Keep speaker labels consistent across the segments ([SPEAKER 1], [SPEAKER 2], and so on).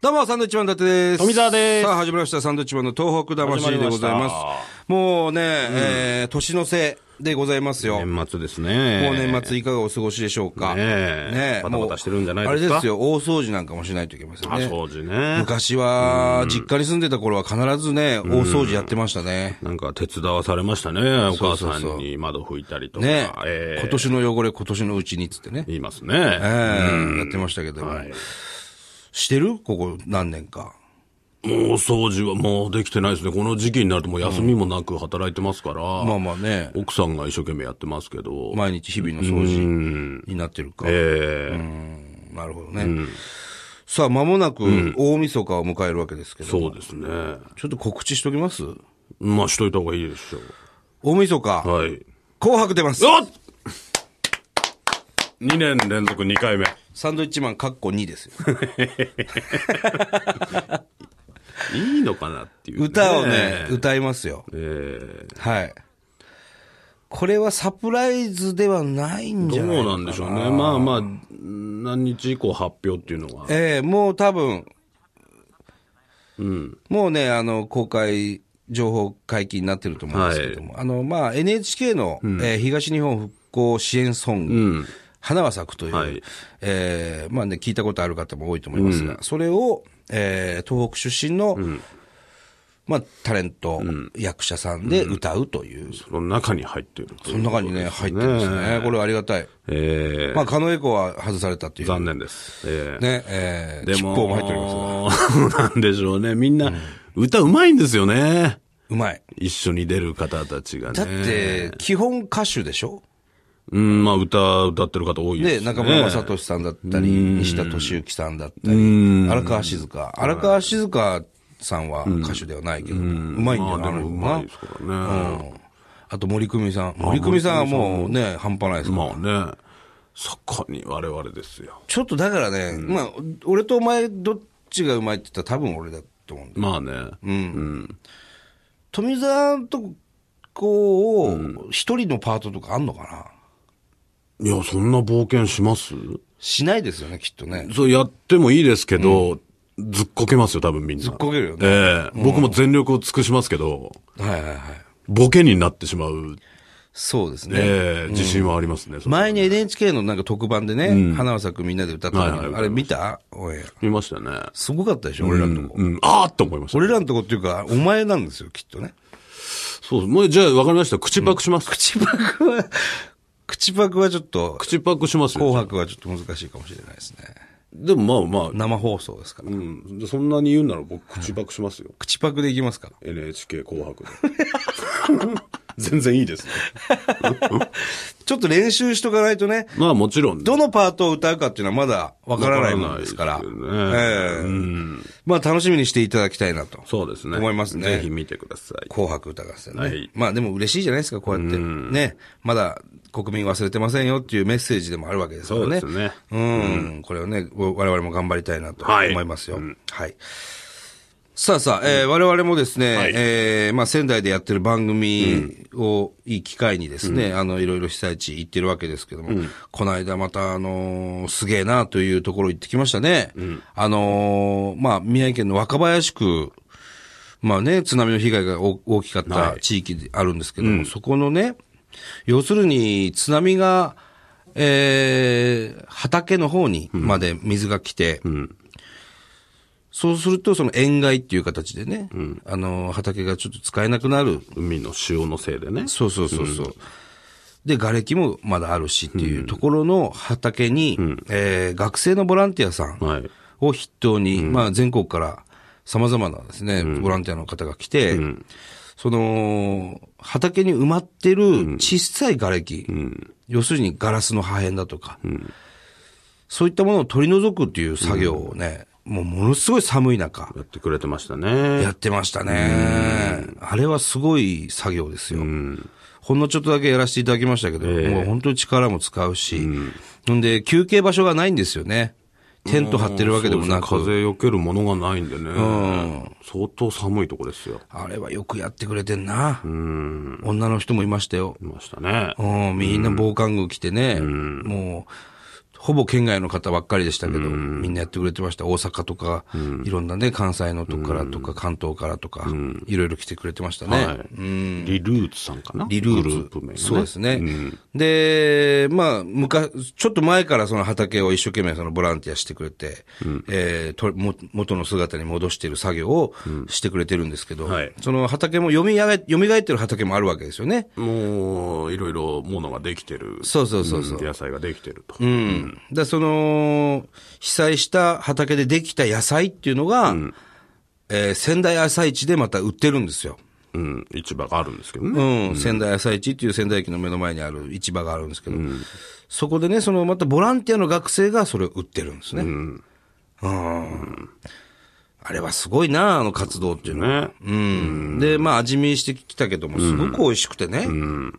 [SPEAKER 1] どうも、サンドウィッチマン伊達です。
[SPEAKER 2] 富澤です
[SPEAKER 1] さあ、始まりました。サンドウィッチマンの東北魂でございます
[SPEAKER 2] 始まりま。
[SPEAKER 1] もうね、えー、年の瀬でございますよ。もう
[SPEAKER 2] 年末ですね。
[SPEAKER 1] 年末いかがお過ごしでしょうか。
[SPEAKER 2] ねえバタバタしてるんじゃないですか
[SPEAKER 1] もうあれですよ、大掃除なんかもしないといけません
[SPEAKER 2] あ、
[SPEAKER 1] ね。
[SPEAKER 2] 掃除ね。
[SPEAKER 1] 昔は、実家に住んでた頃は必ずね、大掃除やってましたね。
[SPEAKER 2] なんか手伝わされましたね。お
[SPEAKER 1] そう
[SPEAKER 2] 母
[SPEAKER 1] そうそう
[SPEAKER 2] さんに窓拭いたりとか。
[SPEAKER 1] ね、
[SPEAKER 2] ええ
[SPEAKER 1] 今年の汚れ、今年のうちにっつってね。
[SPEAKER 2] 言います
[SPEAKER 1] え
[SPEAKER 2] ね。
[SPEAKER 1] ー、やってましたけども。してるここ何年か。
[SPEAKER 2] もう掃除はもうできてないですね。この時期になるともう休みもなく働いてますから。
[SPEAKER 1] まあまあね。
[SPEAKER 2] 奥さんが一生懸命やってますけど。
[SPEAKER 1] 毎日日々の掃除になってるか。
[SPEAKER 2] ええ
[SPEAKER 1] なるほどね。さあ、間もなく大晦日を迎えるわけですけど、
[SPEAKER 2] そうですね。
[SPEAKER 1] ちょっと告知しときます
[SPEAKER 2] まあしといた方がいいでしょ
[SPEAKER 1] 大晦日、
[SPEAKER 2] う。はい。
[SPEAKER 1] 紅白出ます
[SPEAKER 2] おっ !2 年連続2回目。
[SPEAKER 1] サンドイッチマンカッコ2ですよ。
[SPEAKER 2] いいのかなっていう、
[SPEAKER 1] 歌をね、歌いますよ。
[SPEAKER 2] え
[SPEAKER 1] はい。これはサプライズではないん
[SPEAKER 2] え
[SPEAKER 1] じゃ
[SPEAKER 2] ど
[SPEAKER 1] な
[SPEAKER 2] う
[SPEAKER 1] い
[SPEAKER 2] なんでしょうね。まあまあ、何日以降発表っていうのは。
[SPEAKER 1] ええもう多分、もうね、あの、公開、情報解禁になってると思うんですけども、あの、まあ、NHK の、えー東日本復興支援ソング、花は咲くという、
[SPEAKER 2] はい
[SPEAKER 1] えーまあね、聞いたことある方も多いと思いますが、それを、えー東北出身の、まあ、タレント、役者さんで歌うという、
[SPEAKER 2] その中に入ってると
[SPEAKER 1] そ
[SPEAKER 2] い
[SPEAKER 1] の
[SPEAKER 2] う。
[SPEAKER 1] 中にね、入ってますね。これはありがたい。
[SPEAKER 2] ええ
[SPEAKER 1] まあ、狩野英孝は外されたっていう。
[SPEAKER 2] 残念です。ええ
[SPEAKER 1] ね、えー、
[SPEAKER 2] で
[SPEAKER 1] チップも入っておりますが。
[SPEAKER 2] も、 なんでしょうね。みんな、歌うまいんですよね。
[SPEAKER 1] うまい。
[SPEAKER 2] 一緒に出る方たちがね。
[SPEAKER 1] だって、基本歌手でしょ
[SPEAKER 2] うん、まあ歌、歌ってる方多いで
[SPEAKER 1] で、
[SPEAKER 2] すね。
[SPEAKER 1] 中村雅俊さんだったり、西田敏行さんだったり、荒川静香。荒川静香さんは歌手ではないけど、うまいんだよな、あ
[SPEAKER 2] まあで
[SPEAKER 1] の
[SPEAKER 2] もう
[SPEAKER 1] 人
[SPEAKER 2] まい
[SPEAKER 1] な
[SPEAKER 2] です。からね。
[SPEAKER 1] あと森久美さん。森久美さんはもうね、半端ないですから。
[SPEAKER 2] まあね、そこに我々ですよ。
[SPEAKER 1] ちょっとだからね、まあ、俺とお前どっちがうまいって言ったら多分俺だと思うんだよ。
[SPEAKER 2] まあね。うん。
[SPEAKER 1] 富澤のとこを、一人のパートとかあんのかない
[SPEAKER 2] や、そんな冒険します
[SPEAKER 1] しないですよね、きっとね。
[SPEAKER 2] そうやってもいいですけど、ずっこけますよ、多分みんな。ず
[SPEAKER 1] っこけるよね
[SPEAKER 2] ええ僕も全力を尽くしますけど、
[SPEAKER 1] はいはいはい。
[SPEAKER 2] ボケになってしまう、
[SPEAKER 1] そうですね。
[SPEAKER 2] ええ自信はありますね。それ
[SPEAKER 1] 前に NHK のなんか特番でね、花は咲くみんなで歌った時、
[SPEAKER 2] はいはい
[SPEAKER 1] あれ見たおい。
[SPEAKER 2] 見ましたね。
[SPEAKER 1] すごかったでしょ、俺らのとこ。
[SPEAKER 2] うん、あーって思いました。
[SPEAKER 1] 俺らのとこっていうか、お前なんですよ、きっとね。
[SPEAKER 2] そうです。もう、じゃあ、わかりました。口パクします。
[SPEAKER 1] 口パクは、口パクはちょっと、
[SPEAKER 2] 口パクしますよ。
[SPEAKER 1] 紅白はちょっと難しいかもしれないですね。
[SPEAKER 2] でも、まあまあ、
[SPEAKER 1] 生放送ですから。
[SPEAKER 2] うん、そんなに言うなら僕、口パクしますよ。
[SPEAKER 1] 口パクでいきますか。
[SPEAKER 2] NHK 紅白で。 全然いいですね。
[SPEAKER 1] ちょっと練習しとかないとね、
[SPEAKER 2] まあもちろんね、
[SPEAKER 1] どのパートを歌うかっていうのはまだわからないものですから。
[SPEAKER 2] わからない
[SPEAKER 1] ええまあ楽しみにしていただきたいなと。
[SPEAKER 2] そうですね。
[SPEAKER 1] 思いますね
[SPEAKER 2] ぜひ見てください。
[SPEAKER 1] 紅白歌合戦ね。
[SPEAKER 2] はい
[SPEAKER 1] まあでも嬉しいじゃないですか、こうやって。ね。まだ国民忘れてませんよっていうメッセージでもあるわけですからね。
[SPEAKER 2] そうですね
[SPEAKER 1] うん。これをね、我々も頑張りたいなと
[SPEAKER 2] はい
[SPEAKER 1] 思いますよ。はい。さあさあ、えー我々もですね、
[SPEAKER 2] はい
[SPEAKER 1] えーまあ仙台でやってる番組をいい機会にですね、あの、いろいろ被災地行ってるわけですけども、この間また、あのーすげえなというところ行ってきましたね。あのーまあ、宮城県の若林区、まあね、津波の被害が大大きかった地域であるんですけども、そこのね、要するに津波が、えー、畑の方にまで水が来て、そうするとその塩害っていう形でね、あの、畑がちょっと使えなくなる。
[SPEAKER 2] 海の潮のせいでね。
[SPEAKER 1] そうそうそうそう。で、瓦礫もまだあるしっていうところの畑に、えー学生のボランティアさん、
[SPEAKER 2] はい。
[SPEAKER 1] を筆頭に、まあ全国から様々なですね、ボランティアの方が来て、その、畑に埋まってる小さい瓦礫、要するにガラスの破片だとか、そういったものを取り除くっていう作業をね、もうものすごい寒い中、
[SPEAKER 2] やってくれてましたね。
[SPEAKER 1] やってましたね。あれはすごい作業ですよ。ほんのちょっとだけやらせていただきましたけど、もう本当に力も使うし、ほんで休憩場所がないんですよね。テント張ってるわけでもなく。
[SPEAKER 2] そうですね風よけるものがないんでね。相当寒いとこですよ。
[SPEAKER 1] あれはよくやってくれてんな。女の人もいましたよ。
[SPEAKER 2] いましたね。
[SPEAKER 1] うん、みんな防寒具着てね、もう、ほぼ県外の方ばっかりでしたけど、みんなやってくれてました。大阪とか、いろんなね、関西のとこからとか、関東からとか、いろいろ来てくれてましたね。
[SPEAKER 2] はい。リルーツさんかな
[SPEAKER 1] リルー
[SPEAKER 2] グ
[SPEAKER 1] ツ。
[SPEAKER 2] ループ名がね。
[SPEAKER 1] そうですね。で、まあ、昔、ちょっと前からその畑を一生懸命そのボランティアしてくれて、えーとも、元の姿に戻している作業をしてくれてるんですけど、
[SPEAKER 2] はい
[SPEAKER 1] その畑もよみがえ、蘇ってる畑もあるわけですよね。
[SPEAKER 2] もう、いろいろものができてる。
[SPEAKER 1] そうそうそうそう。
[SPEAKER 2] うん野菜ができてると。
[SPEAKER 1] うん。だその、被災した畑でできた野菜っていうのが、えー仙台朝市でまた売ってるんですよ。
[SPEAKER 2] うん。市場があるんですけどね。
[SPEAKER 1] うん、仙台朝市っていう仙台駅の目の前にある市場があるんですけど、そこでね、そのまたボランティアの学生がそれを売ってるんですね。うん。あれはすごいな、あの活動っていうのは。
[SPEAKER 2] ね。
[SPEAKER 1] うん。で、まあ味見してきたけども、すごく美味しくてね、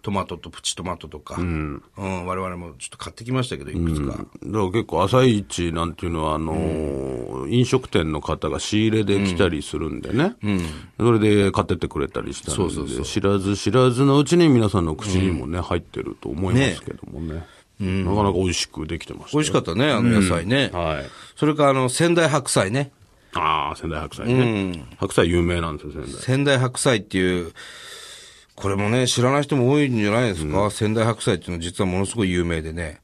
[SPEAKER 1] トマトとプチトマトとか、うん、我々もちょっと買ってきましたけど、いくつか。
[SPEAKER 2] だから結構朝市なんていうのは、あのー飲食店の方が仕入れで来たりするんでね、それで買ってってくれたりしたんで知らず知らずのうちに皆さんの口にもね、入ってると思いますけどもねなかなか美味しくできてました
[SPEAKER 1] 美
[SPEAKER 2] よ
[SPEAKER 1] 味しかったね、あの野菜ね。
[SPEAKER 2] はい
[SPEAKER 1] それから、あの、仙台白菜ね。
[SPEAKER 2] ああ仙台白菜ね、白菜有名なんですよ仙台
[SPEAKER 1] 仙台白菜っていう、これもね、知らない人も多いんじゃないですか、仙台白菜っていうのは実はものすごい有名でね、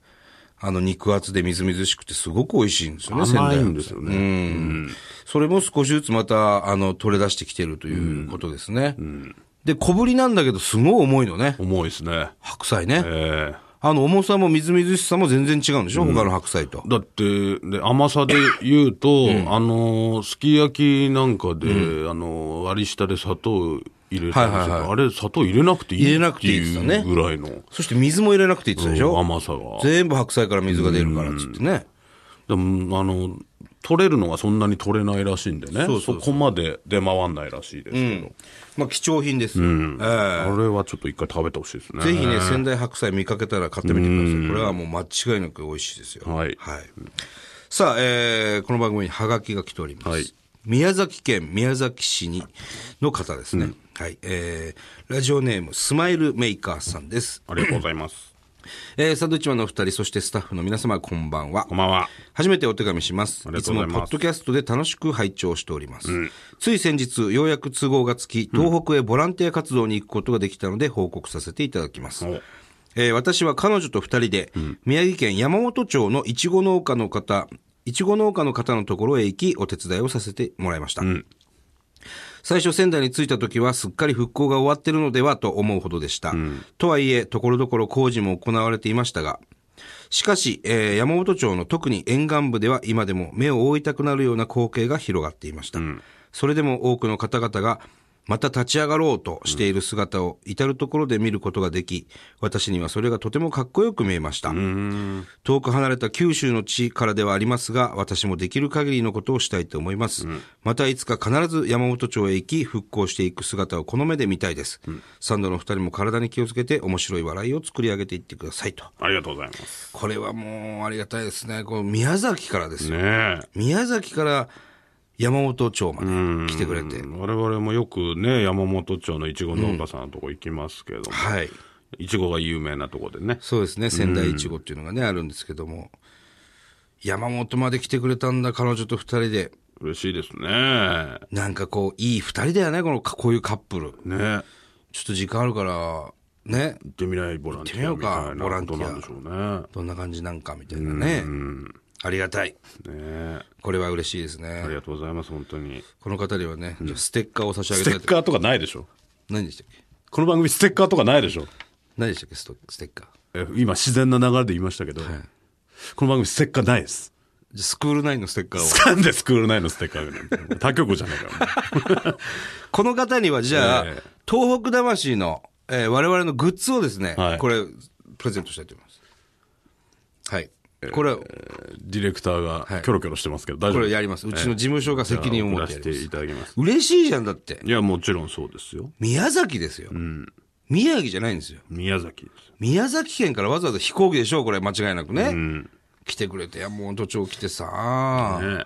[SPEAKER 1] あの肉厚でみずみずしくてすごく美味しいんですよね、仙
[SPEAKER 2] 甘
[SPEAKER 1] 台
[SPEAKER 2] い
[SPEAKER 1] 白菜。
[SPEAKER 2] んですよね、
[SPEAKER 1] それも少しずつまた、あの、取れ出してきてるということですね。で、小ぶりなんだけど、すごい重いのね。
[SPEAKER 2] 重いですね
[SPEAKER 1] 白菜ね。
[SPEAKER 2] ええ
[SPEAKER 1] あの、重さもみずみずしさも全然違うんでしょ、他の白菜と。
[SPEAKER 2] だって、で、甘さで言うと、あのー、すき焼きなんかで、あのー、割り下で砂糖入れたりする、
[SPEAKER 1] はいはいはい
[SPEAKER 2] あれ砂糖入れなくていい
[SPEAKER 1] 入れなくていいですよね
[SPEAKER 2] っていうぐらいの、
[SPEAKER 1] そして水も入れなくていいって言ってたでしょ、
[SPEAKER 2] 甘さが。で
[SPEAKER 1] 全部白菜から水が出るからっつってね。
[SPEAKER 2] もあの、取れるのがそんなに取れないらしいんでね。
[SPEAKER 1] そ
[SPEAKER 2] そう
[SPEAKER 1] そうそう
[SPEAKER 2] こまで出回んないらしいですけど。
[SPEAKER 1] まあ、貴重品ですよ。ええ
[SPEAKER 2] あれはちょっと一回食べてほしいですね。
[SPEAKER 1] ぜひね、仙台白菜見かけたら買ってみてください。これはもう間違いなく美味しいですよ。
[SPEAKER 2] はい
[SPEAKER 1] さあ、えー、この番組にハガキが来ております。
[SPEAKER 2] はい
[SPEAKER 1] 宮崎県宮崎市に、の方ですね。はい。えー、ラジオネーム、スマイルメーカーさんです。
[SPEAKER 2] ありがとうございます。
[SPEAKER 1] えー、サンドウィッチマンのお二人、そしてスタッフの皆様、こんばんは。
[SPEAKER 2] こんばんは。
[SPEAKER 1] 初めてお手紙します。
[SPEAKER 2] あ
[SPEAKER 1] い
[SPEAKER 2] りがと
[SPEAKER 1] つ
[SPEAKER 2] うご
[SPEAKER 1] も
[SPEAKER 2] ざいます
[SPEAKER 1] ポッドキャストで楽しく拝聴しております。つい先日、ようやく都合がつき、東北へボランティア活動に行くことができたので報告させていただきます。
[SPEAKER 2] お
[SPEAKER 1] えー私は彼女と二人で、宮城県山本町のいちご農家の方、いちご農家の方のところへ行き、お手伝いをさせてもらいました。最初仙台に着いた時はすっかり復興が終わってるのではと思うほどでした。とはいえ、ところどころ工事も行われていましたが、しかし、えー山本町の特に沿岸部では今でも目を覆いたくなるような光景が広がっていました。それでも多くの方々が、また立ち上がろうとしている姿を至るところで見ることができ、私にはそれがとてもかっこよく見えました。遠く離れた九州の地からではありますが、私もできる限りのことをしたいと思います。またいつか必ず山本町へ行き、復興していく姿をこの目で見たいです。サンドの二人も体に気をつけて面白い笑いを作り上げていってくださいと。
[SPEAKER 2] ありがとうございます。
[SPEAKER 1] これはもうありがたいですね。この宮崎からですよ。
[SPEAKER 2] ねえ。
[SPEAKER 1] 宮崎から山本町まで来てくれて。
[SPEAKER 2] 我々もよくね、山本町のいちご農家さんのとこ行きますけれども、
[SPEAKER 1] はい。
[SPEAKER 2] いちごが有名なとこでね。
[SPEAKER 1] そうですね。仙台いちごっていうのがね、あるんですけども。山本まで来てくれたんだ、彼女と二人で。
[SPEAKER 2] 嬉しいですね。
[SPEAKER 1] なんかこう、いい二人だよね、この、こういうカップル。
[SPEAKER 2] ね。
[SPEAKER 1] ちょっと時間あるから、ね。
[SPEAKER 2] 行ってみないボランティアみたいなことなんでしょうね。
[SPEAKER 1] どんな感じなんか、みたいなね。ありがたい。
[SPEAKER 2] ね
[SPEAKER 1] これは嬉しいです
[SPEAKER 2] あり
[SPEAKER 1] ね。
[SPEAKER 2] がとうございます、本当に。
[SPEAKER 1] この方にはね、じゃあステッカーを差し上げ
[SPEAKER 2] ス
[SPEAKER 1] た
[SPEAKER 2] テ
[SPEAKER 1] い
[SPEAKER 2] ッ
[SPEAKER 1] と。
[SPEAKER 2] カーとかないでしょ
[SPEAKER 1] 何でしたっけ
[SPEAKER 2] この番組ステッカーとかないでしょ
[SPEAKER 1] 何でしたっけストステッカー。
[SPEAKER 2] え今自然な流れで言いましたけど、この番組ステッカーないです。
[SPEAKER 1] じゃあスクール9のステッカーを。
[SPEAKER 2] なんでスクール内のステッカーがない他局じゃないか
[SPEAKER 1] この方にはじゃあ、
[SPEAKER 2] ええ
[SPEAKER 1] 東北魂の、えー、我々のグッズをですね、
[SPEAKER 2] はい
[SPEAKER 1] これ、プレゼントしたいと思います。はい。これ、
[SPEAKER 2] ら。ディレクターがキョロキョロしてますけど、大
[SPEAKER 1] こ
[SPEAKER 2] 丈夫
[SPEAKER 1] れやります。うちの事務所が責任を持ってや
[SPEAKER 2] 送らせて
[SPEAKER 1] り
[SPEAKER 2] い
[SPEAKER 1] ま
[SPEAKER 2] ただきます
[SPEAKER 1] す。。嬉しいじゃん、だって。
[SPEAKER 2] いや、もちろんそうですよ。
[SPEAKER 1] 宮崎ですよ。宮城じゃないんですよ。
[SPEAKER 2] 宮崎ですよ。
[SPEAKER 1] 宮崎県からわざわざ飛行機でしょう、これ、間違いなくね。来てくれて、山本町来てさ、
[SPEAKER 2] ね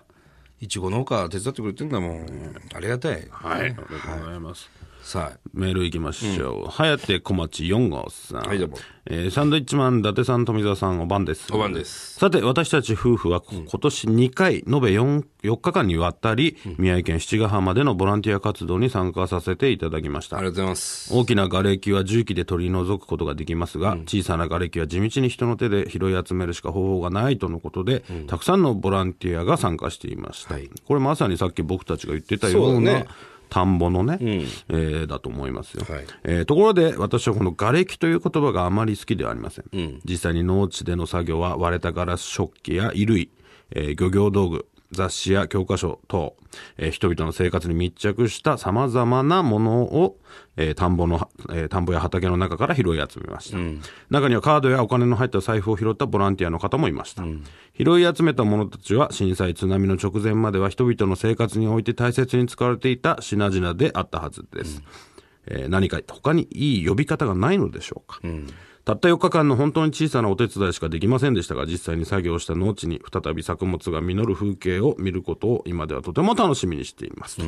[SPEAKER 1] いちご農家手伝ってくれてんだもん。ありがたい。
[SPEAKER 2] はい。ありがとうございます。
[SPEAKER 1] さあ、
[SPEAKER 2] メールいきましょう。はやて小町4号さん。
[SPEAKER 1] はいどうも
[SPEAKER 2] えーサンドイッチマン、伊達さん、富澤さん、おばんです。
[SPEAKER 1] おばんです。
[SPEAKER 2] さて、私たち夫婦は、今年2回、延べ 4, 4日間にわたり、宮城県七ヶ浜でのボランティア活動に参加させていただきまし
[SPEAKER 1] あ
[SPEAKER 2] た
[SPEAKER 1] り。がとうございます。
[SPEAKER 2] 大きな瓦礫は重機で取り除くことができますが、小さな瓦礫は地道に人の手で拾い集めるしか方法がないとのことで、たくさんのボランティアが参加していました。
[SPEAKER 1] はい
[SPEAKER 2] これまさにさっき僕たちが言ってたよう
[SPEAKER 1] そうだ
[SPEAKER 2] な
[SPEAKER 1] ね
[SPEAKER 2] 田んぼのね、えーだと思いますよ、
[SPEAKER 1] はい
[SPEAKER 2] えーところで私はこの瓦礫という言葉があまり好きではありません。実際に農地での作業は割れたガラス食器や衣類、えー漁業道具、雑誌や教科書等、えー人々の生活に密着した様々なものを、えー田んぼの、えー田んぼや畑の中から拾い集めました、中にはカードやお金の入った財布を拾ったボランティアの方もいました。拾い集めた者たちは震災津波の直前までは人々の生活において大切に使われていた品々であったはずです。えー何か他にいい呼び方がないのでしょうか、たった4日間の本当に小さなお手伝いしかできませんでしたが実際に作業した農地に再び作物が実る風景を見ることを今ではとても楽しみにしています、とい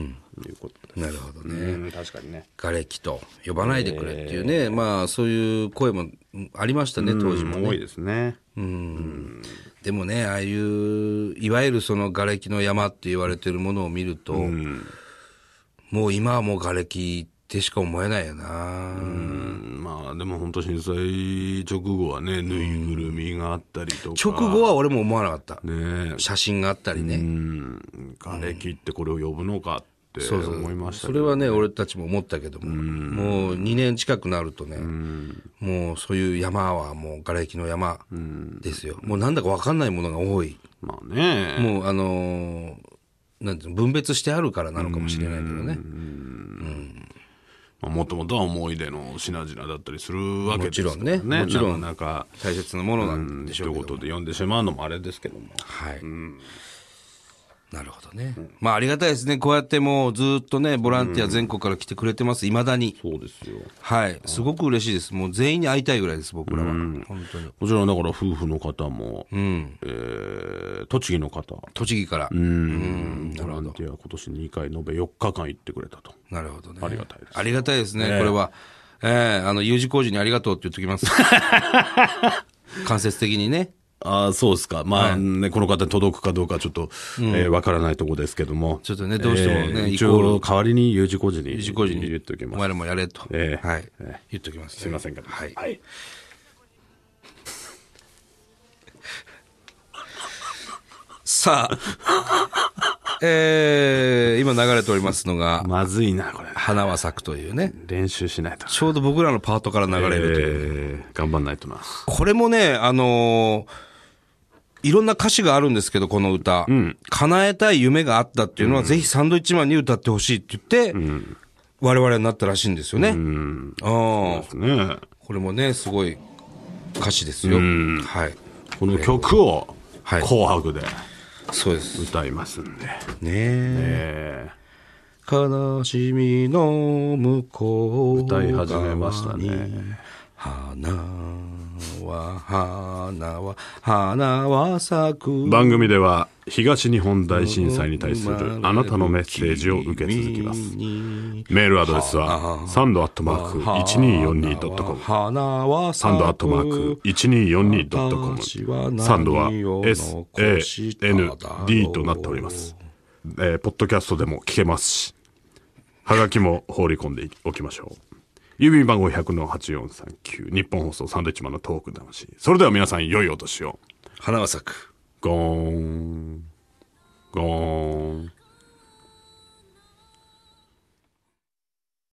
[SPEAKER 2] うこと
[SPEAKER 1] なるほどね。
[SPEAKER 2] で、確かにね
[SPEAKER 1] 瓦礫と呼ばないでくれっていうね、まあそういう声もありましたね、当時もね。
[SPEAKER 2] 多いですね
[SPEAKER 1] でもね、ああいう、いわゆるその瓦礫の山って言われてるものを見ると、もう今はもう瓦礫ってしか思えないよな。
[SPEAKER 2] うんまあでも本当震災直後はねぬいぐるみがあったりとか
[SPEAKER 1] 直後は俺も思わなかった。
[SPEAKER 2] ねえ
[SPEAKER 1] 写真があったりね。
[SPEAKER 2] うん瓦礫ってこれを呼ぶのかって思いました
[SPEAKER 1] そ
[SPEAKER 2] け
[SPEAKER 1] れ
[SPEAKER 2] ど
[SPEAKER 1] はね、俺たちも思ったけども、もう2年近くなるとね、もうそういう山はもう瓦礫の山ですよ。もうなんだかわかんないものが多い。
[SPEAKER 2] まあね
[SPEAKER 1] もうあのーなんていうの、分別してあるからなのかもしれないけどね。
[SPEAKER 2] まあ、もともとは思い出の品々だったりするわけですから
[SPEAKER 1] もちろんねもちろん
[SPEAKER 2] なかなか
[SPEAKER 1] 大切なものなんでしょ
[SPEAKER 2] 一
[SPEAKER 1] うけ
[SPEAKER 2] 言
[SPEAKER 1] ど。
[SPEAKER 2] で読んでしまうのもあれですけども
[SPEAKER 1] はい。なるほどね。まあありがたいですね。こうやってもうずっとね、ボランティア全国から来てくれてます。未だに。
[SPEAKER 2] そうですよ
[SPEAKER 1] はい。すごく嬉しいです。もう全員に会いたいぐらいです、僕らは。本当に。
[SPEAKER 2] こちらだから夫婦の方も、えー栃木の方
[SPEAKER 1] 栃木から。
[SPEAKER 2] ボランティア今年2回延べ4日間行ってくれたと
[SPEAKER 1] なるほどね。
[SPEAKER 2] ありがたいです
[SPEAKER 1] ありがたいですね、これは。ええあの、U 字工事にありがとうって言っとき ます。間接的にね。
[SPEAKER 2] ああそうですかまあ、ねこの方に届くかどうかちょっとわ、えーわからないとこですけども
[SPEAKER 1] ちょっとね、どうしてもね、
[SPEAKER 2] えー
[SPEAKER 1] イ
[SPEAKER 2] 一
[SPEAKER 1] コール
[SPEAKER 2] 応代わりに U 字工事に U
[SPEAKER 1] 時5時に
[SPEAKER 2] 言っておき
[SPEAKER 1] お
[SPEAKER 2] ます
[SPEAKER 1] 前らもやれと、
[SPEAKER 2] ええ
[SPEAKER 1] はい
[SPEAKER 2] ええ
[SPEAKER 1] 言っておきます、ね、
[SPEAKER 2] すいませんけど
[SPEAKER 1] はい、
[SPEAKER 2] はい
[SPEAKER 1] さあ えー、今流れておりますのが
[SPEAKER 2] まずいなこれ
[SPEAKER 1] 「花は咲く」というね
[SPEAKER 2] 練習しないと
[SPEAKER 1] ちょうど僕らのパートから流れるという、
[SPEAKER 2] えー頑張んないとな
[SPEAKER 1] これもねあのーいろんな歌詞があるんですけど、この歌。叶えたい夢があったっていうのは、ぜひサンドイッチマンに歌ってほしいって言って、我々になったらしいんですよね。ああ
[SPEAKER 2] ね
[SPEAKER 1] これもね、すごい歌詞ですよ。はい。
[SPEAKER 2] この曲を「
[SPEAKER 1] はい
[SPEAKER 2] 紅白」で
[SPEAKER 1] そうです。ね
[SPEAKER 2] 歌いますんで、
[SPEAKER 1] え。
[SPEAKER 2] え
[SPEAKER 1] 悲しみの向こう
[SPEAKER 2] ー歌い始めましたね
[SPEAKER 1] 花は花は花は咲く
[SPEAKER 2] 番組では東日本大震災に対するあなたのメッセージを受け続きますメールアドレスはサンドアットマーク 1242.com
[SPEAKER 1] 花は
[SPEAKER 2] サン
[SPEAKER 1] 咲く
[SPEAKER 2] ドアットマーク 1242.com サンドは SAND となっております、えーポッドキャストでも聞けますしはがきも放り込んでおきましょう郵便番号100-8439日本放送サンドイッチマンのトーク魂それでは皆さん良いお年を
[SPEAKER 1] 花は咲く
[SPEAKER 2] ゴーンゴーン